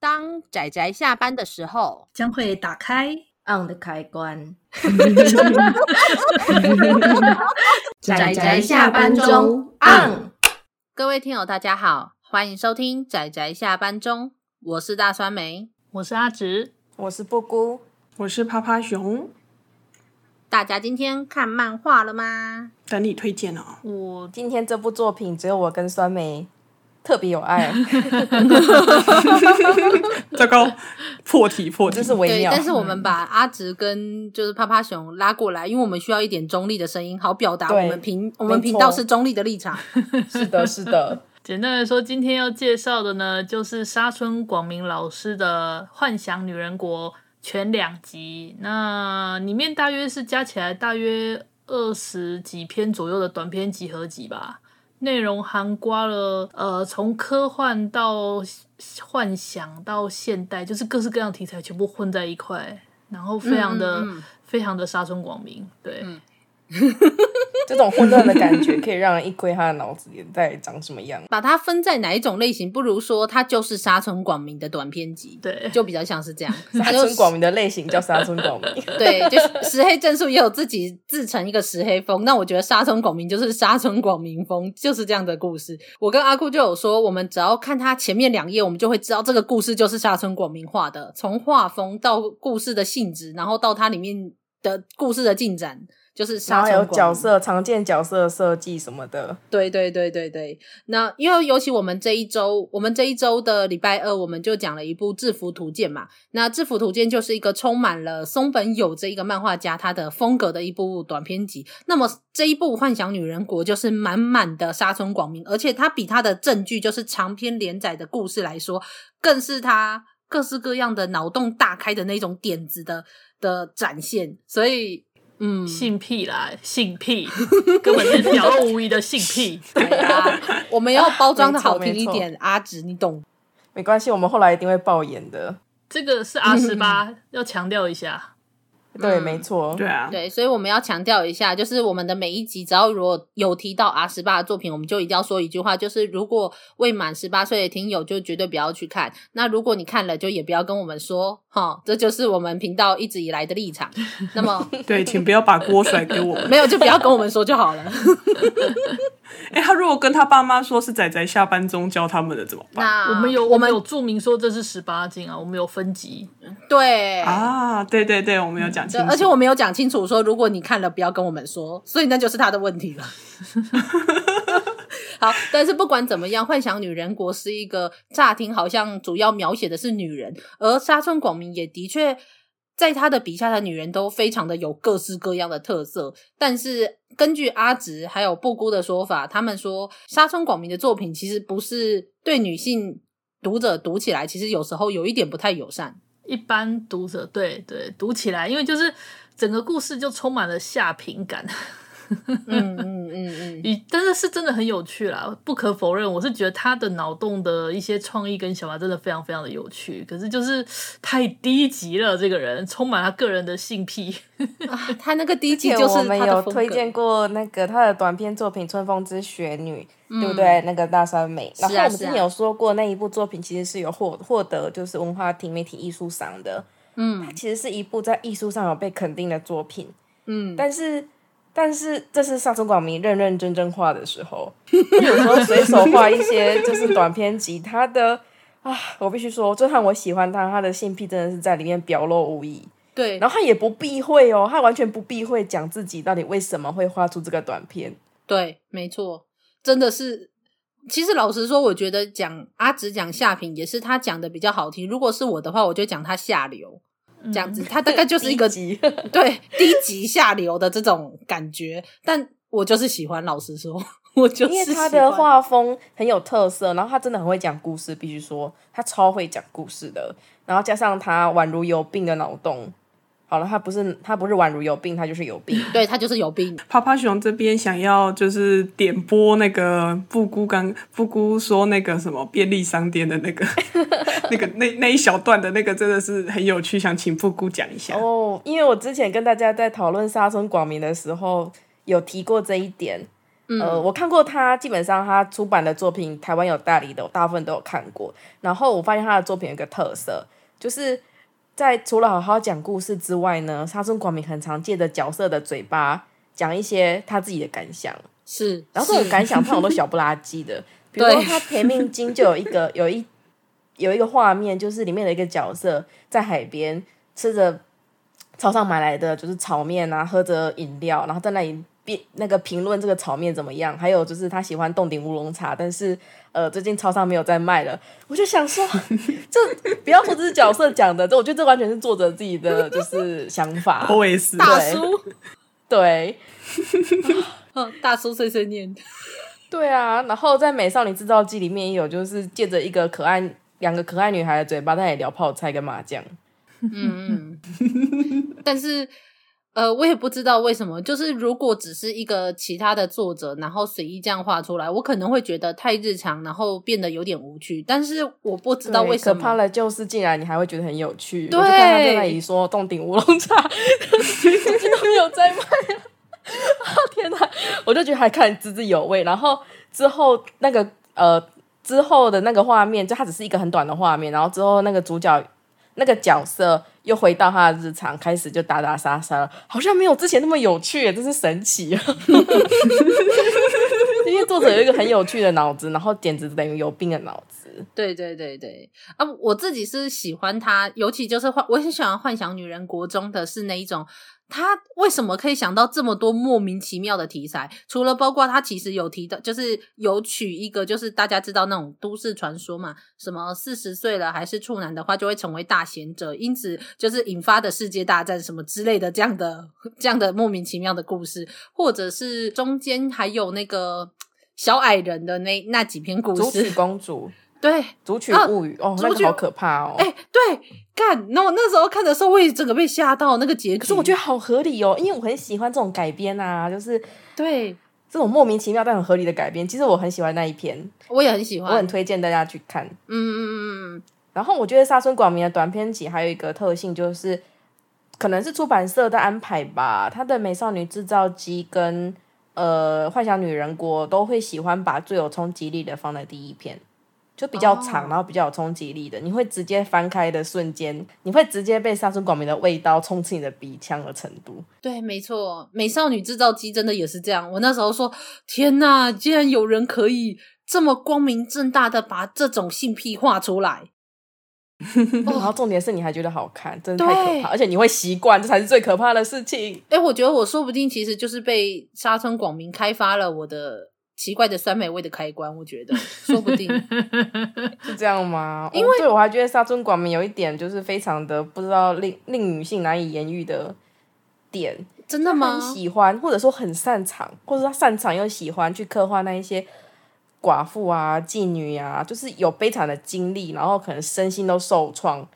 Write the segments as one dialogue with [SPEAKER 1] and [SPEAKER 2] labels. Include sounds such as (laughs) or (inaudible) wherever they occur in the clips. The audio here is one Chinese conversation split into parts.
[SPEAKER 1] 当仔仔下班的时候，
[SPEAKER 2] 将会打开
[SPEAKER 3] on 的开
[SPEAKER 4] (laughs)
[SPEAKER 3] 关。
[SPEAKER 1] 宅宅下班中按各位听友大家好，欢迎收听仔仔下班中，我是大酸梅。
[SPEAKER 5] 我是阿直，
[SPEAKER 4] 我是布姑，
[SPEAKER 6] 我是趴趴熊，
[SPEAKER 1] 大家今天看漫画了吗？
[SPEAKER 6] 等你推荐哦。
[SPEAKER 5] 我
[SPEAKER 4] 今天这部作品只有我跟酸梅特别有爱，
[SPEAKER 6] (laughs) 糟糕，破题破题
[SPEAKER 4] 真，是微
[SPEAKER 1] 对，
[SPEAKER 4] 妙。嗯
[SPEAKER 1] 但是我
[SPEAKER 4] (laughs)
[SPEAKER 1] 们把阿直跟就是趴趴熊拉过来，因为我们需要一点中立的声音，好表达
[SPEAKER 4] 对
[SPEAKER 1] 我们频我
[SPEAKER 4] 没
[SPEAKER 1] 们
[SPEAKER 4] 错
[SPEAKER 1] 频道是中立的立
[SPEAKER 4] (laughs)
[SPEAKER 1] 场。
[SPEAKER 4] 是的，是的，
[SPEAKER 5] 简单来说，今天要介绍的呢，就是沙村广明老师的《幻想女人国》全两集，那里面大约是加起来大约二十几篇左右的短篇集合集吧。内容涵盖了呃，从科幻到幻想到现代，就是各式各样的题材全部混在一块，然后非常的、
[SPEAKER 1] 嗯嗯嗯
[SPEAKER 5] 非常的沙村广明，对，
[SPEAKER 4] 这种混乱的感觉可以让人一窥他的脑子里在长什么样。
[SPEAKER 1] 把它分在哪一种类型，不如说它就是沙村广明的短篇集，
[SPEAKER 5] 对
[SPEAKER 1] 就比较像是这样。
[SPEAKER 4] (laughs) 沙村广明的类型叫沙村广明，
[SPEAKER 1] 对，就是石黑正数也有自己自成一个石黑风。那我觉得沙村广明就是沙村广明风，就是这样的故事。我跟阿酷就有说，我们只要看他前面两页，我们就会知道这个故事就是沙村广明画的，从画风到故事的性质，然后到它里面的故事的进展，就是
[SPEAKER 4] 然
[SPEAKER 1] 沙
[SPEAKER 4] 后
[SPEAKER 1] 村
[SPEAKER 4] 还
[SPEAKER 1] 广
[SPEAKER 4] 有
[SPEAKER 1] 明
[SPEAKER 4] 角色常见角色设计什么的，
[SPEAKER 1] 对对对对对，那因为尤其我们这一周，我们这一周的礼拜二，我们就讲了一部《制服图鉴》嘛。那《制服图鉴》就是一个充满了松本友这一个漫画家他的风格的一部短篇集。那么这一部《幻想女人国》就是满满的沙村广明，而且它比他的证据就是长篇连载的故事来说，更是他各式各样的脑洞大开的那种点子的的展现。所以，
[SPEAKER 4] (laughs)
[SPEAKER 1] 嗯，
[SPEAKER 5] 性癖啦，性癖， (laughs) 根本是了无遗的性癖。
[SPEAKER 1] 对啊，我们要包装的好听
[SPEAKER 4] 没
[SPEAKER 1] 一
[SPEAKER 4] 错
[SPEAKER 1] 点，阿直，你懂
[SPEAKER 4] 没关系，我们后来一定会爆眼的。
[SPEAKER 5] 这个是 R 十八，要强调一下。
[SPEAKER 4] 对，
[SPEAKER 1] 嗯
[SPEAKER 4] 没错，
[SPEAKER 6] 对啊，
[SPEAKER 1] 对，所以我们要强调一下，就是我们的每一集，只要如果有提到 R 十八的作品，我们就一定要说一句话，就是如果未满十八岁的听友，就绝对不要去看。那如果你看了，就也不要跟我们说，哈，这就是我们频道一直以来的立场。那么
[SPEAKER 6] 对，请不要把锅甩给 (laughs) 我们。
[SPEAKER 1] 没有就不要跟我们说就好了。
[SPEAKER 6] 哎，他如果跟他爸妈说是仔仔下班中教他们的怎么办？
[SPEAKER 1] 那
[SPEAKER 5] (laughs) 我们有
[SPEAKER 1] 我
[SPEAKER 5] 啊我
[SPEAKER 1] 们
[SPEAKER 5] 们有注明说这是十八禁啊，我们有分级。
[SPEAKER 1] 对。
[SPEAKER 6] 啊，对对对，我们有
[SPEAKER 1] 对
[SPEAKER 6] 讲清楚，
[SPEAKER 1] 而且我没有讲清楚说，如果你看了，不要跟我们说，所以那就是他的问题了。 (laughs) 好，但是不管怎么样，《幻想女人国》是一个乍听好像主要描写的是女人，而沙村广明也的确在他的笔下的女人都非常的有各式各样的特色。但是根据阿直还有布姑的说法，他们说沙村广明的作品其实不是对女性读者读起来，其实有时候有一点不太友善。
[SPEAKER 5] 一般读者对对读起来，因为就是整个故事就充满了下品感， (laughs)
[SPEAKER 1] 嗯嗯嗯嗯。
[SPEAKER 5] 与但是是真的很有趣啦，不可否认，我是觉得他的脑洞的一些创意跟想法真的非常非常的有趣，可是就是太低级了，这个人充满他个人的性癖。
[SPEAKER 1] 啊， (laughs) 他那个第一
[SPEAKER 4] 之
[SPEAKER 1] 集
[SPEAKER 4] 前
[SPEAKER 1] 就
[SPEAKER 4] 我
[SPEAKER 1] 是
[SPEAKER 4] 们
[SPEAKER 1] 他
[SPEAKER 4] 有
[SPEAKER 1] 的风
[SPEAKER 4] 推荐
[SPEAKER 1] 格。
[SPEAKER 4] 过那个他的短篇作品《春风之雪女》，对不对？那个大山美。然后
[SPEAKER 1] 啊
[SPEAKER 4] 我们
[SPEAKER 1] 嗯是
[SPEAKER 4] 之前
[SPEAKER 1] 啊
[SPEAKER 4] 有说过，那一部作品其实是有获获得就是文化厅媒体艺术赏的，
[SPEAKER 1] 嗯
[SPEAKER 4] 其实是一部在艺术上有被肯定的作品。
[SPEAKER 1] 嗯，
[SPEAKER 4] 但是，但是这是上村广明认认真真画的时候，他有时候随手画一些就是短篇集，他的啊，我必须说，就算我喜欢他，他的性癖真的是在里面表露无遗。
[SPEAKER 1] 对，
[SPEAKER 4] 然后他也不避讳哦，他完全不避讳讲自己到底为什么会画出这个短片。
[SPEAKER 1] 对，没错，真的是。其实老实说，我觉得讲阿直讲下品也是他讲的比较好听。如果是我的话，我就讲他下流
[SPEAKER 4] 嗯
[SPEAKER 1] 这样子，他大概就是一个
[SPEAKER 4] 低级
[SPEAKER 1] (laughs) 对低级下流的这种感觉。但我就是喜欢，老实说，我就是
[SPEAKER 4] 因为他
[SPEAKER 1] 喜
[SPEAKER 4] 的
[SPEAKER 1] 欢，
[SPEAKER 4] 画风很有特色，然后他真的很会讲故事，必须说他超会讲故事的。然后加上他宛如有病的脑洞，好了，他不是他不是宛如有病，他就是有病。
[SPEAKER 1] 对他就是有病。
[SPEAKER 6] 趴趴熊这边想要就是点播那个布姑刚布姑说那个什么便利商店的
[SPEAKER 1] (laughs)
[SPEAKER 6] 那个那个那那一小段的那个真的是很有趣，想请布姑讲一下。
[SPEAKER 4] 哦哦，因为我之前跟大家在讨论沙村广明的时候有提过这一点，
[SPEAKER 1] 嗯
[SPEAKER 4] 呃，我看过他，基本上他出版的作品，台湾有代理的，我大部分都有看过。然后我发现他的作品有一个特色，就是在除了好好讲故事之外呢，沙村广明很常借着角色的嘴巴讲一些他自己的感想，
[SPEAKER 1] 是，
[SPEAKER 4] 然后这种
[SPEAKER 1] 是
[SPEAKER 4] 感想通常都小不拉几
[SPEAKER 1] (laughs)
[SPEAKER 4] 的。比如说
[SPEAKER 1] 对
[SPEAKER 4] 他《甜命经》就有一个有一有一个画面，就是里面的一个角色在海边吃着超商买来的就是炒面啊，喝着饮料，然后在那里辩那个评论这个炒面怎么样，还有就是他喜欢冻顶乌龙茶，但是呃最近超商没有在卖了，我就想说， (laughs) 这不要说这是角色讲的，这我觉得这完全是作者自己的就是想法，
[SPEAKER 6] ，always
[SPEAKER 1] 大
[SPEAKER 4] 对
[SPEAKER 1] 叔，
[SPEAKER 4] 对。
[SPEAKER 1] 嗯，大叔碎碎念，
[SPEAKER 4] 对啊，然后在《美少女制造机》里面也有，就是借着一个可爱两个可爱女孩的嘴巴，在那里聊泡菜跟麻将。
[SPEAKER 1] 嗯嗯， (laughs) 但是。呃，我也不知道为什么，就是如果只是一个其他的作者，然后随意这样画出来，我可能会觉得太日常，然后变得有点无趣。但是我不知道
[SPEAKER 4] 对
[SPEAKER 1] 为什
[SPEAKER 4] 可怕
[SPEAKER 1] 么，
[SPEAKER 4] 的就是，竟然你还会觉得很有趣。
[SPEAKER 1] 对
[SPEAKER 4] 我就看他在那里说洞顶乌龙茶，最近都没有在卖啊！天哪，我就觉得还看得滋滋有味。然后之后那个呃之后的那个画面，就它只是一个很短的画面，然后之后那个主角。那个角色又回到他的日常，开始就打打杀杀了，好像没有之前那么有趣耶，真是神
[SPEAKER 1] (laughs)
[SPEAKER 4] 奇啊！因为作者有一个很有趣的脑子，然后简直等于有病的脑子。
[SPEAKER 1] 对对对对啊！我自己是喜欢他，尤其就是幻，我很喜欢《幻想女人国中》的是那一种，他为什么可以想到这么多莫名其妙的题材？除了包括他其实有提到，就是有取一个，就是大家知道那种都市传说嘛，什么四十岁了还是处男的话，就会成为大贤者，因此就是引发的世界大战什么之类的这样的这样的莫名其妙的故事，或者是中间还有那个。小矮人的那那几篇故
[SPEAKER 4] 竹取
[SPEAKER 1] 事，
[SPEAKER 4] 公主，
[SPEAKER 1] 对，
[SPEAKER 4] 竹取
[SPEAKER 1] 啊
[SPEAKER 4] 物语、哦，
[SPEAKER 1] 竹
[SPEAKER 4] 那
[SPEAKER 1] 取
[SPEAKER 4] 个好可怕哦。
[SPEAKER 1] 哎、对，干！那我那时候看的时候，我也整个被吓到那个结局。
[SPEAKER 4] 可是我觉得好合理哦，因为我很喜欢这种改编啊，就是
[SPEAKER 1] 对，
[SPEAKER 4] 这种莫名其妙但很合理的改编。其实我很喜欢那一篇，
[SPEAKER 1] 我也很喜
[SPEAKER 4] 我
[SPEAKER 1] 欢。
[SPEAKER 4] 很
[SPEAKER 1] 嗯
[SPEAKER 4] 推荐大家去看。
[SPEAKER 1] 嗯嗯嗯嗯，
[SPEAKER 4] 然后我觉得沙村广明的短篇集还有一个特性就是，可能是出版社的安排吧，他的《美少女制造机》跟呃《幻想女人国》都会喜欢把最有冲击力的放在第一篇。就比较长
[SPEAKER 1] 哦
[SPEAKER 4] 然后比较有冲击力的，你会直接翻开的瞬间，你会直接被沙村广明的味道冲刺你的鼻腔的程度。
[SPEAKER 1] 对，没错，《美少女制造机》真的也是这样。我那时候说，天哪，竟然有人可以这么光明正大的把这种性癖画出来。
[SPEAKER 4] 然后重点是你还觉得好看，真的太
[SPEAKER 1] 对
[SPEAKER 4] 可怕，而且你会习惯，这才是最可怕的事情。
[SPEAKER 1] 哎、我觉得我说不定其实就是被沙村广明开发了我的奇怪的酸梅味的开关。我觉得，说不 (laughs) 定
[SPEAKER 4] 是这样
[SPEAKER 1] (laughs)
[SPEAKER 4] 吗？
[SPEAKER 1] 因
[SPEAKER 4] 为、对我还觉得沙尊广明有一点就是非常的不知道令令女性难以言喻的点，
[SPEAKER 1] 真的
[SPEAKER 4] 很
[SPEAKER 1] 吗？
[SPEAKER 4] 喜欢或者说很擅长，或者他擅长又喜欢去刻画那一些寡妇啊、妓女啊，就是有悲惨的经历，然后可能身心都受创，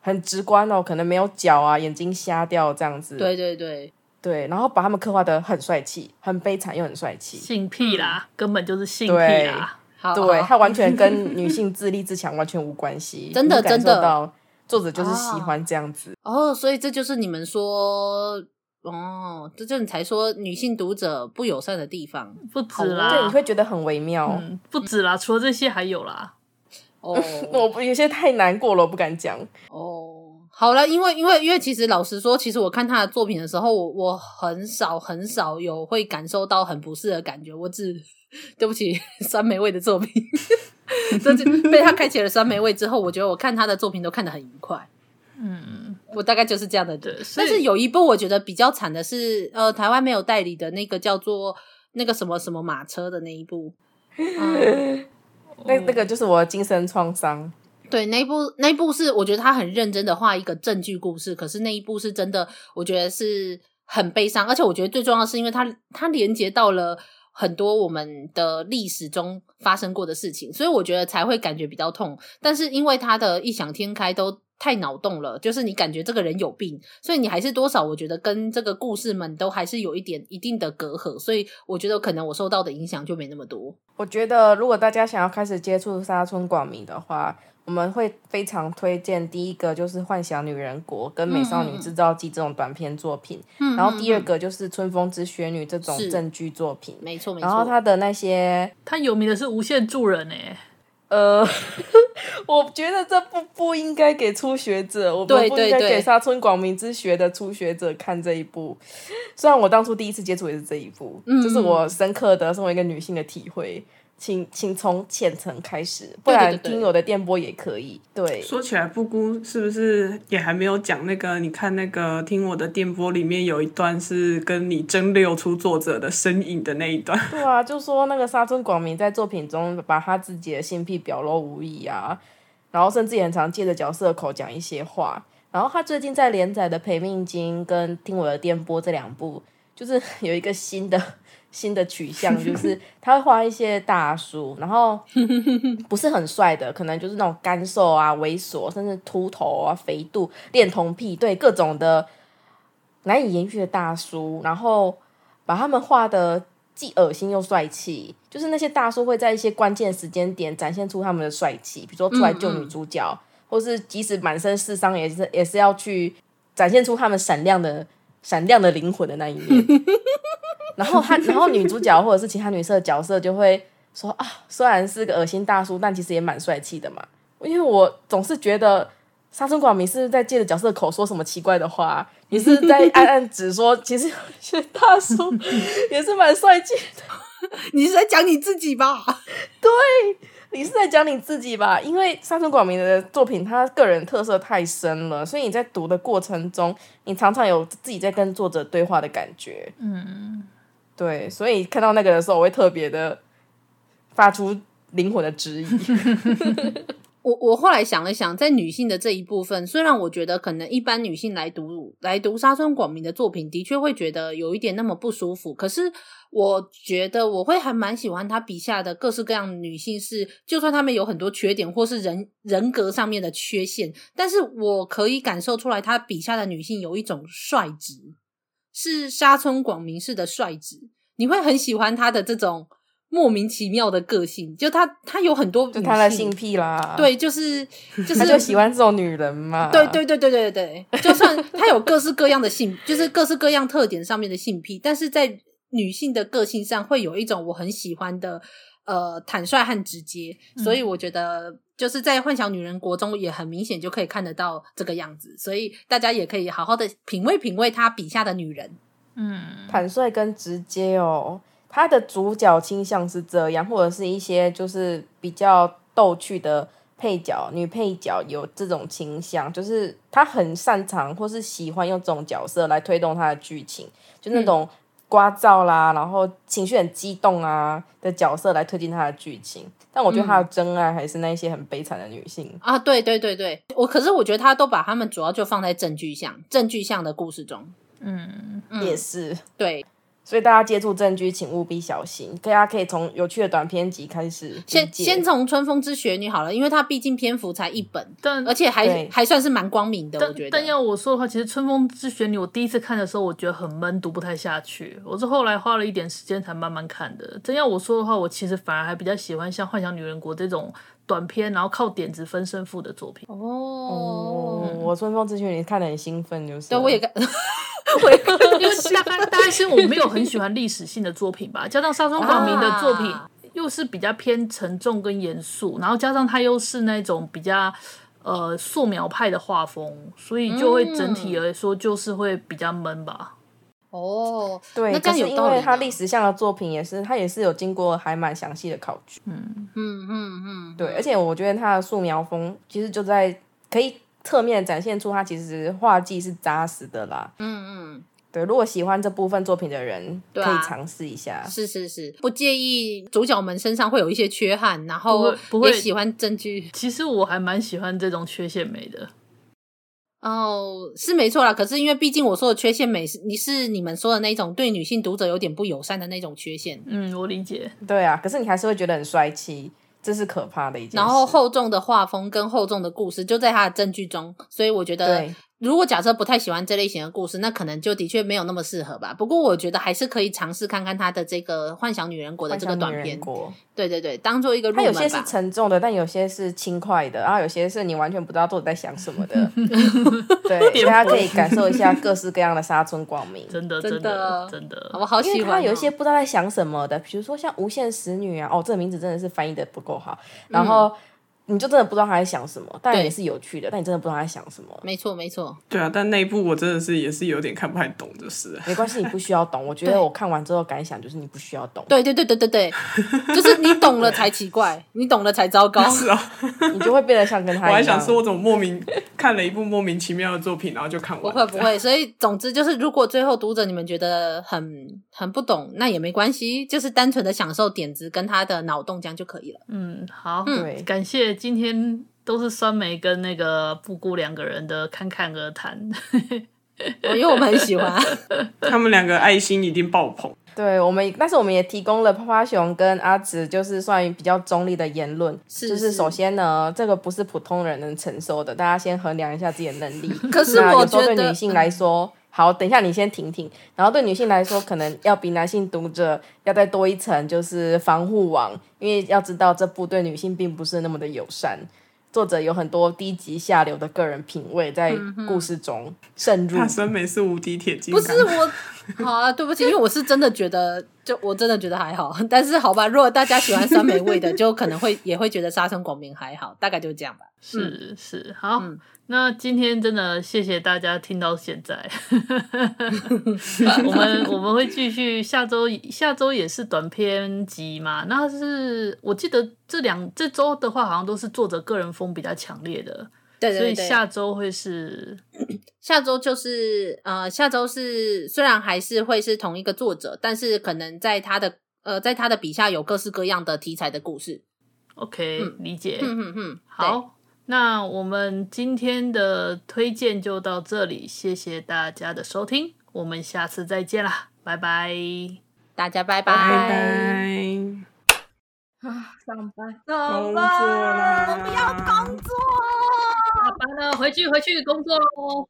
[SPEAKER 4] 很直观哦，可能没有脚啊、眼睛瞎掉这样子，
[SPEAKER 1] 对对对，
[SPEAKER 4] 对，然后把他们刻画的很帅气，很悲惨又很帅气。
[SPEAKER 5] 性癖啦，根本就是性癖
[SPEAKER 4] 对
[SPEAKER 5] 啦。
[SPEAKER 1] 好，
[SPEAKER 4] 对，
[SPEAKER 1] 好
[SPEAKER 4] 它完全跟女性自立自强完全无关
[SPEAKER 1] (laughs)
[SPEAKER 4] 系。
[SPEAKER 1] 真的
[SPEAKER 4] 你感
[SPEAKER 1] 真
[SPEAKER 4] 受
[SPEAKER 1] 的啊
[SPEAKER 4] 到作者就是喜欢这样子。
[SPEAKER 1] 哦，所以这就是你们说，哦，这就是你才说女性读者不友善的地方
[SPEAKER 5] 不止啦，
[SPEAKER 4] 对，你会觉得很微妙。
[SPEAKER 5] 嗯，不止啦，除了这些还有啦。
[SPEAKER 1] 哦
[SPEAKER 4] 我不有些太难过了，我不敢讲。
[SPEAKER 1] 哦。好了，因为因为因为其实老实说，其实我看他的作品的时候，我我很少很少有会感受到很不适的感觉，我只对不起酸梅味的作品， (laughs) 这就被他开启了酸梅味之后，我觉得我看他的作品都看得很愉快。
[SPEAKER 5] 嗯，
[SPEAKER 1] 我大概就是这样的人
[SPEAKER 5] 对。所
[SPEAKER 1] 但
[SPEAKER 5] 以
[SPEAKER 1] 是有一部我觉得比较惨的是，呃，台湾没有代理的那个叫做那个什么什么马车的那一
[SPEAKER 5] (laughs)
[SPEAKER 1] 部，嗯，
[SPEAKER 4] 那那个就是我的精神创伤。
[SPEAKER 1] 对，那一部那一部是我觉得他很认真的画一个证据故事，可是那一部是真的，我觉得是很悲伤，而且我觉得最重要的是，因为它它连接到了。很多我们的历史中发生过的事情，所以我觉得才会感觉比较痛。但是因为他的异想天开都太脑洞了，就是你感觉这个人有病，所以你还是多少我觉得跟这个故事们都还是有一点一定的隔阂，所以我觉得可能我受到的影响就没那么多。
[SPEAKER 4] 我觉得如果大家想要开始接触沙村广明的话，我们会非常推荐第一个就是《幻想女人国》跟《美少
[SPEAKER 1] 嗯
[SPEAKER 4] 女制造机》这种短篇作品，然后第二个就是《春风之雪女》这种
[SPEAKER 1] 是
[SPEAKER 4] 正剧作品。
[SPEAKER 1] 没错没错。
[SPEAKER 4] 然后他的那些
[SPEAKER 5] 他有名的是无限助人哎、
[SPEAKER 4] 呃， (laughs) 我觉得这不不应该给初学者，我们
[SPEAKER 1] 对
[SPEAKER 4] 不应该
[SPEAKER 1] 对对
[SPEAKER 4] 给沙村广明之学的初学者看这一部。虽然我当初第一次接触也是这一部，这
[SPEAKER 1] 嗯
[SPEAKER 4] 是我深刻的身为一个女性的体会。请请从浅层开始，不
[SPEAKER 1] 对对
[SPEAKER 4] 然
[SPEAKER 1] 对对
[SPEAKER 4] 听我的电波也可以。对，
[SPEAKER 6] 说起来，布姑是不是也还没有讲那个？你看那个《听我的电波》里面有一段是跟你争六出作者的身影的那一段， (laughs)
[SPEAKER 4] (laughs) 对啊，就说那个沙村广明在作品中把他自己的性癖表露无遗啊，然后甚至也很常借着角色口讲一些话。然后他最近在连载的《陪命经》跟《听我的电波》这两部，就是有一个新的新的取向，就是 (laughs) 他会画一些大叔，然后不是很帅的，可能就是那种干瘦啊、猥琐，甚至秃头啊、肥肚、恋童癖，对各种的难以言喻的大叔，然后把他们画的既恶心又帅气，就是那些大叔会在一些关键时间点展现出他们的帅气，比如说出来救女主角，或是即使满身是伤，也是也是要去展现出他们闪亮的闪亮的灵魂的那一面。然后他，然后女主角或者是其他女色的角色就会说啊，虽然是个恶心大叔，但其实也蛮帅气的嘛。因为我总是觉得沙村广明是不是在借着角色的口说什么奇怪的话，你是在暗暗指说，其实有些大叔也是蛮帅气的。
[SPEAKER 1] 你是在讲你自己吧？
[SPEAKER 4] 你是在讲你自己吧？因为沙村广明的作品，他个人特色太深了，所以你在读的过程中，你常常有自己在跟作者对话的感觉。嗯，对，所以看到那个的时候，我会特别的发出灵魂的
[SPEAKER 1] (laughs)
[SPEAKER 4] 质疑。
[SPEAKER 1] 我我后来想了想，在女性的这一部分，虽然我觉得可能一般女性来读来读沙村广明的作品，的确会觉得有一点那么不舒服，可是我觉得我会还蛮喜欢他笔下的各式各样的女性是，就算她们有很多缺点或是人人格上面的缺陷，但是我可以感受出来，他笔下的女性有一种率直，是沙村广明式的率直，你会很喜欢他的这种。莫名其妙的个性，就他，他有很多
[SPEAKER 4] 就
[SPEAKER 1] 女
[SPEAKER 4] 他的
[SPEAKER 1] 性
[SPEAKER 4] 性癖啦，，
[SPEAKER 1] 对，就是
[SPEAKER 4] (laughs)
[SPEAKER 1] 就
[SPEAKER 4] 他
[SPEAKER 1] 是
[SPEAKER 4] 就喜欢这种女人嘛。
[SPEAKER 1] 对对对对对对，就算他有各式各样的性， (laughs) 就是各式各样特点上面的性癖，但是在女性的个性上会有一种我很喜欢的呃坦率和直接，
[SPEAKER 4] 嗯
[SPEAKER 1] 所以我觉得就是在《幻想女人国》中也很明显就可以看得到这个样子，所以大家也可以好好的品味品味他笔下的女人。
[SPEAKER 5] 嗯，
[SPEAKER 4] 坦率跟直接哦。他的主角倾向是这样，或者是一些就是比较逗趣的配角、女配角有这种倾向，就是他很擅长或是喜欢用这种角色来推动他的剧情，就那种
[SPEAKER 1] 嗯
[SPEAKER 4] 聒噪啦，然后情绪很激动啊的角色来推进他的剧情。但我觉得他的真爱还是那一些很悲惨的女性。
[SPEAKER 1] 啊，对对对对，我可是我觉得他都把他们主要就放在正剧项正剧项的故事中，嗯
[SPEAKER 4] 也是。
[SPEAKER 1] 对，
[SPEAKER 4] 所以大家接触证据，请务必小心。大家可以从有趣的短篇集开始理
[SPEAKER 1] 先
[SPEAKER 4] 解
[SPEAKER 1] 先从《春风之雪女》好了，因为它毕竟篇幅才一本，
[SPEAKER 5] 但
[SPEAKER 1] 而且还
[SPEAKER 4] 嗯对
[SPEAKER 1] 还算是蛮光明的，我
[SPEAKER 5] 但
[SPEAKER 1] 觉得
[SPEAKER 5] 但。要我说的话，其实《春风之旋律》我第一次看的时候，我觉得很闷，读不太下去。我是后来花了一点时间才慢慢看的。真要我说的话，我其实反而还比较喜欢像《幻想女人国》这种短篇，然后靠点子分胜负的作品。
[SPEAKER 4] 哦，我春风之讯你看得很兴奋，就是
[SPEAKER 1] 嗯对，我也
[SPEAKER 4] 看， (laughs)
[SPEAKER 1] 跟，我也跟，
[SPEAKER 5] (laughs) 因为
[SPEAKER 1] (laughs)
[SPEAKER 5] 大概大概是因为我没有很喜欢历史性的作品吧，加上沙村广明的作品
[SPEAKER 1] 啊
[SPEAKER 5] 又是比较偏沉重跟严肃，然后加上他又是那种比较呃素描派的画风，所以就会整
[SPEAKER 1] 嗯
[SPEAKER 5] 体来说就是会比较闷吧。
[SPEAKER 1] 哦，
[SPEAKER 4] 对，
[SPEAKER 1] 那这样
[SPEAKER 4] 可
[SPEAKER 1] 有
[SPEAKER 4] 是因
[SPEAKER 1] 道理啊
[SPEAKER 4] 为
[SPEAKER 1] 呢。
[SPEAKER 4] 他历史上的作品也是，他也是有经过还蛮详细的考据，
[SPEAKER 1] 嗯嗯嗯，
[SPEAKER 4] 对，而且我觉得他的素描风其实就在可以侧面展现出他其实画技是扎实的啦。
[SPEAKER 1] 嗯
[SPEAKER 4] 对，如果喜欢这部分作品的人，
[SPEAKER 1] 对啊
[SPEAKER 4] 可以尝试一下
[SPEAKER 1] 嗯，。 (laughs) 是是是，不介意主角们身上会有一些缺憾，然
[SPEAKER 5] 不
[SPEAKER 1] 后
[SPEAKER 5] 会不会
[SPEAKER 1] 也喜欢证据。
[SPEAKER 5] 其实我还蛮喜欢这种缺陷美的，
[SPEAKER 1] 哦，是没错啦。可是因为毕竟我说的缺陷美是，你是你们说的那种对女性读者有点不友善的那种缺陷，
[SPEAKER 5] 嗯，我理解。
[SPEAKER 4] 对啊，可是你还是会觉得很帅气，这是可怕的一件事。
[SPEAKER 1] 然后厚重的画风跟厚重的故事就在他的证据中，所以我觉得
[SPEAKER 4] 对
[SPEAKER 1] 如果假设不太喜欢这类型的故事，那可能就的确没有那么适合吧。不过我觉得还是可以尝试看看他的这个《幻想女人国》的这个短片，
[SPEAKER 4] 国，
[SPEAKER 1] 对对对，当做一个入
[SPEAKER 4] 它
[SPEAKER 1] 门
[SPEAKER 4] 有
[SPEAKER 1] 吧。
[SPEAKER 4] 些是沉重的，但有些是轻快的，然后有些是你完全不知道作者在想什 (laughs) 么的。对，所以大家可以感受一下各式各样的沙村光明。
[SPEAKER 5] 真的
[SPEAKER 1] 真
[SPEAKER 5] 真
[SPEAKER 1] 的
[SPEAKER 5] 的真
[SPEAKER 1] 我
[SPEAKER 5] 的，
[SPEAKER 1] 好
[SPEAKER 4] 因
[SPEAKER 1] 喜
[SPEAKER 4] 为
[SPEAKER 1] 欢、
[SPEAKER 4] 他
[SPEAKER 1] 哦。
[SPEAKER 4] 有一些不知道在想什么的，比如说像《无限使女》啊，哦，这个名字真的是翻译的不够好，然后你就真的不知道他在想什么，但
[SPEAKER 1] 对
[SPEAKER 4] 也是有趣的，但你真的不知道他在想什么。
[SPEAKER 1] 没错没错，
[SPEAKER 6] 对啊，但那一部我真的是也是有点看不太懂，就是
[SPEAKER 1] (laughs)
[SPEAKER 6] 了
[SPEAKER 4] 没关系，你不需要懂。我觉
[SPEAKER 1] 对
[SPEAKER 4] 得我看完之后感想就是你不需要懂，
[SPEAKER 1] 对对对对对对，就是你懂了才奇怪，你懂了才糟
[SPEAKER 4] (laughs)
[SPEAKER 1] 糕。
[SPEAKER 6] 是啊，
[SPEAKER 4] 你就会变得像跟
[SPEAKER 6] 我
[SPEAKER 4] 他一样。
[SPEAKER 6] 还想说，我怎么莫名看了一部莫名其妙的作品，然后就看
[SPEAKER 1] 不
[SPEAKER 6] 完。
[SPEAKER 1] 会不会，所以总之就是，如果最后读者你们觉得很很不懂，那也没关系，就是单纯的享受点子跟他的脑洞这样就可以了。
[SPEAKER 5] 嗯，好，
[SPEAKER 4] 对
[SPEAKER 5] 感谢今天都是酸梅跟那个布谷两个人的侃侃而谈，
[SPEAKER 1] 哦因为我们很喜欢，
[SPEAKER 6] 他们两个爱心一定爆棚。
[SPEAKER 4] 对我们，但是我们也提供了趴趴熊跟阿紫，就是算比较中立的言论。
[SPEAKER 1] 是
[SPEAKER 4] 就是是首先呢，这个不是普通人能承受的，大家先衡量一下自己的能力。
[SPEAKER 1] (laughs) 可是
[SPEAKER 4] 那
[SPEAKER 1] 我
[SPEAKER 4] 有时候
[SPEAKER 1] 觉
[SPEAKER 4] 对
[SPEAKER 1] 得嗯
[SPEAKER 4] 女性来说，好，等一下你先停停。然后对女性来说，可能要比男性读者要再多一层，就是防护网，因为要知道这部对女性并不是那么的友善。作者有很多低级下流的个人品味在
[SPEAKER 1] 嗯
[SPEAKER 4] 故事中渗入。
[SPEAKER 6] 怕酸梅是无敌铁金
[SPEAKER 1] 不
[SPEAKER 6] 刚，
[SPEAKER 1] 是我，好啊，对不起，因为我是真的觉得，就我真的觉得还好， (laughs) 但是好吧，如果大家喜欢酸梅味的，就可能会也会觉得沙村广明还好，大概就这样吧。
[SPEAKER 5] 是是，好，
[SPEAKER 1] 嗯
[SPEAKER 5] 那今天真的谢谢大家听到
[SPEAKER 1] (laughs)
[SPEAKER 5] 现在，我们我们会继续下周下周也是短篇集嘛，那是我记得这两这周的话好像都是作者个人风比较强烈的，
[SPEAKER 1] 对对对，
[SPEAKER 5] 所以下周会是
[SPEAKER 1] 下周就是呃，下周是虽然还是会是同一个作者，但是可能在他的呃，在他的笔下有各式各样的题材的故事。
[SPEAKER 5] OK、理解，
[SPEAKER 1] 嗯哼哼，对，
[SPEAKER 5] 好，那我们今天的推荐就到这里，谢谢大家的收听，我们下次再见啦，拜拜。
[SPEAKER 1] 大家
[SPEAKER 6] 拜
[SPEAKER 1] 拜
[SPEAKER 6] 拜，
[SPEAKER 2] 上班，
[SPEAKER 6] 工
[SPEAKER 2] 上
[SPEAKER 6] 作啦，
[SPEAKER 2] 我们要工作。
[SPEAKER 5] 下班了，回去回去工作喽。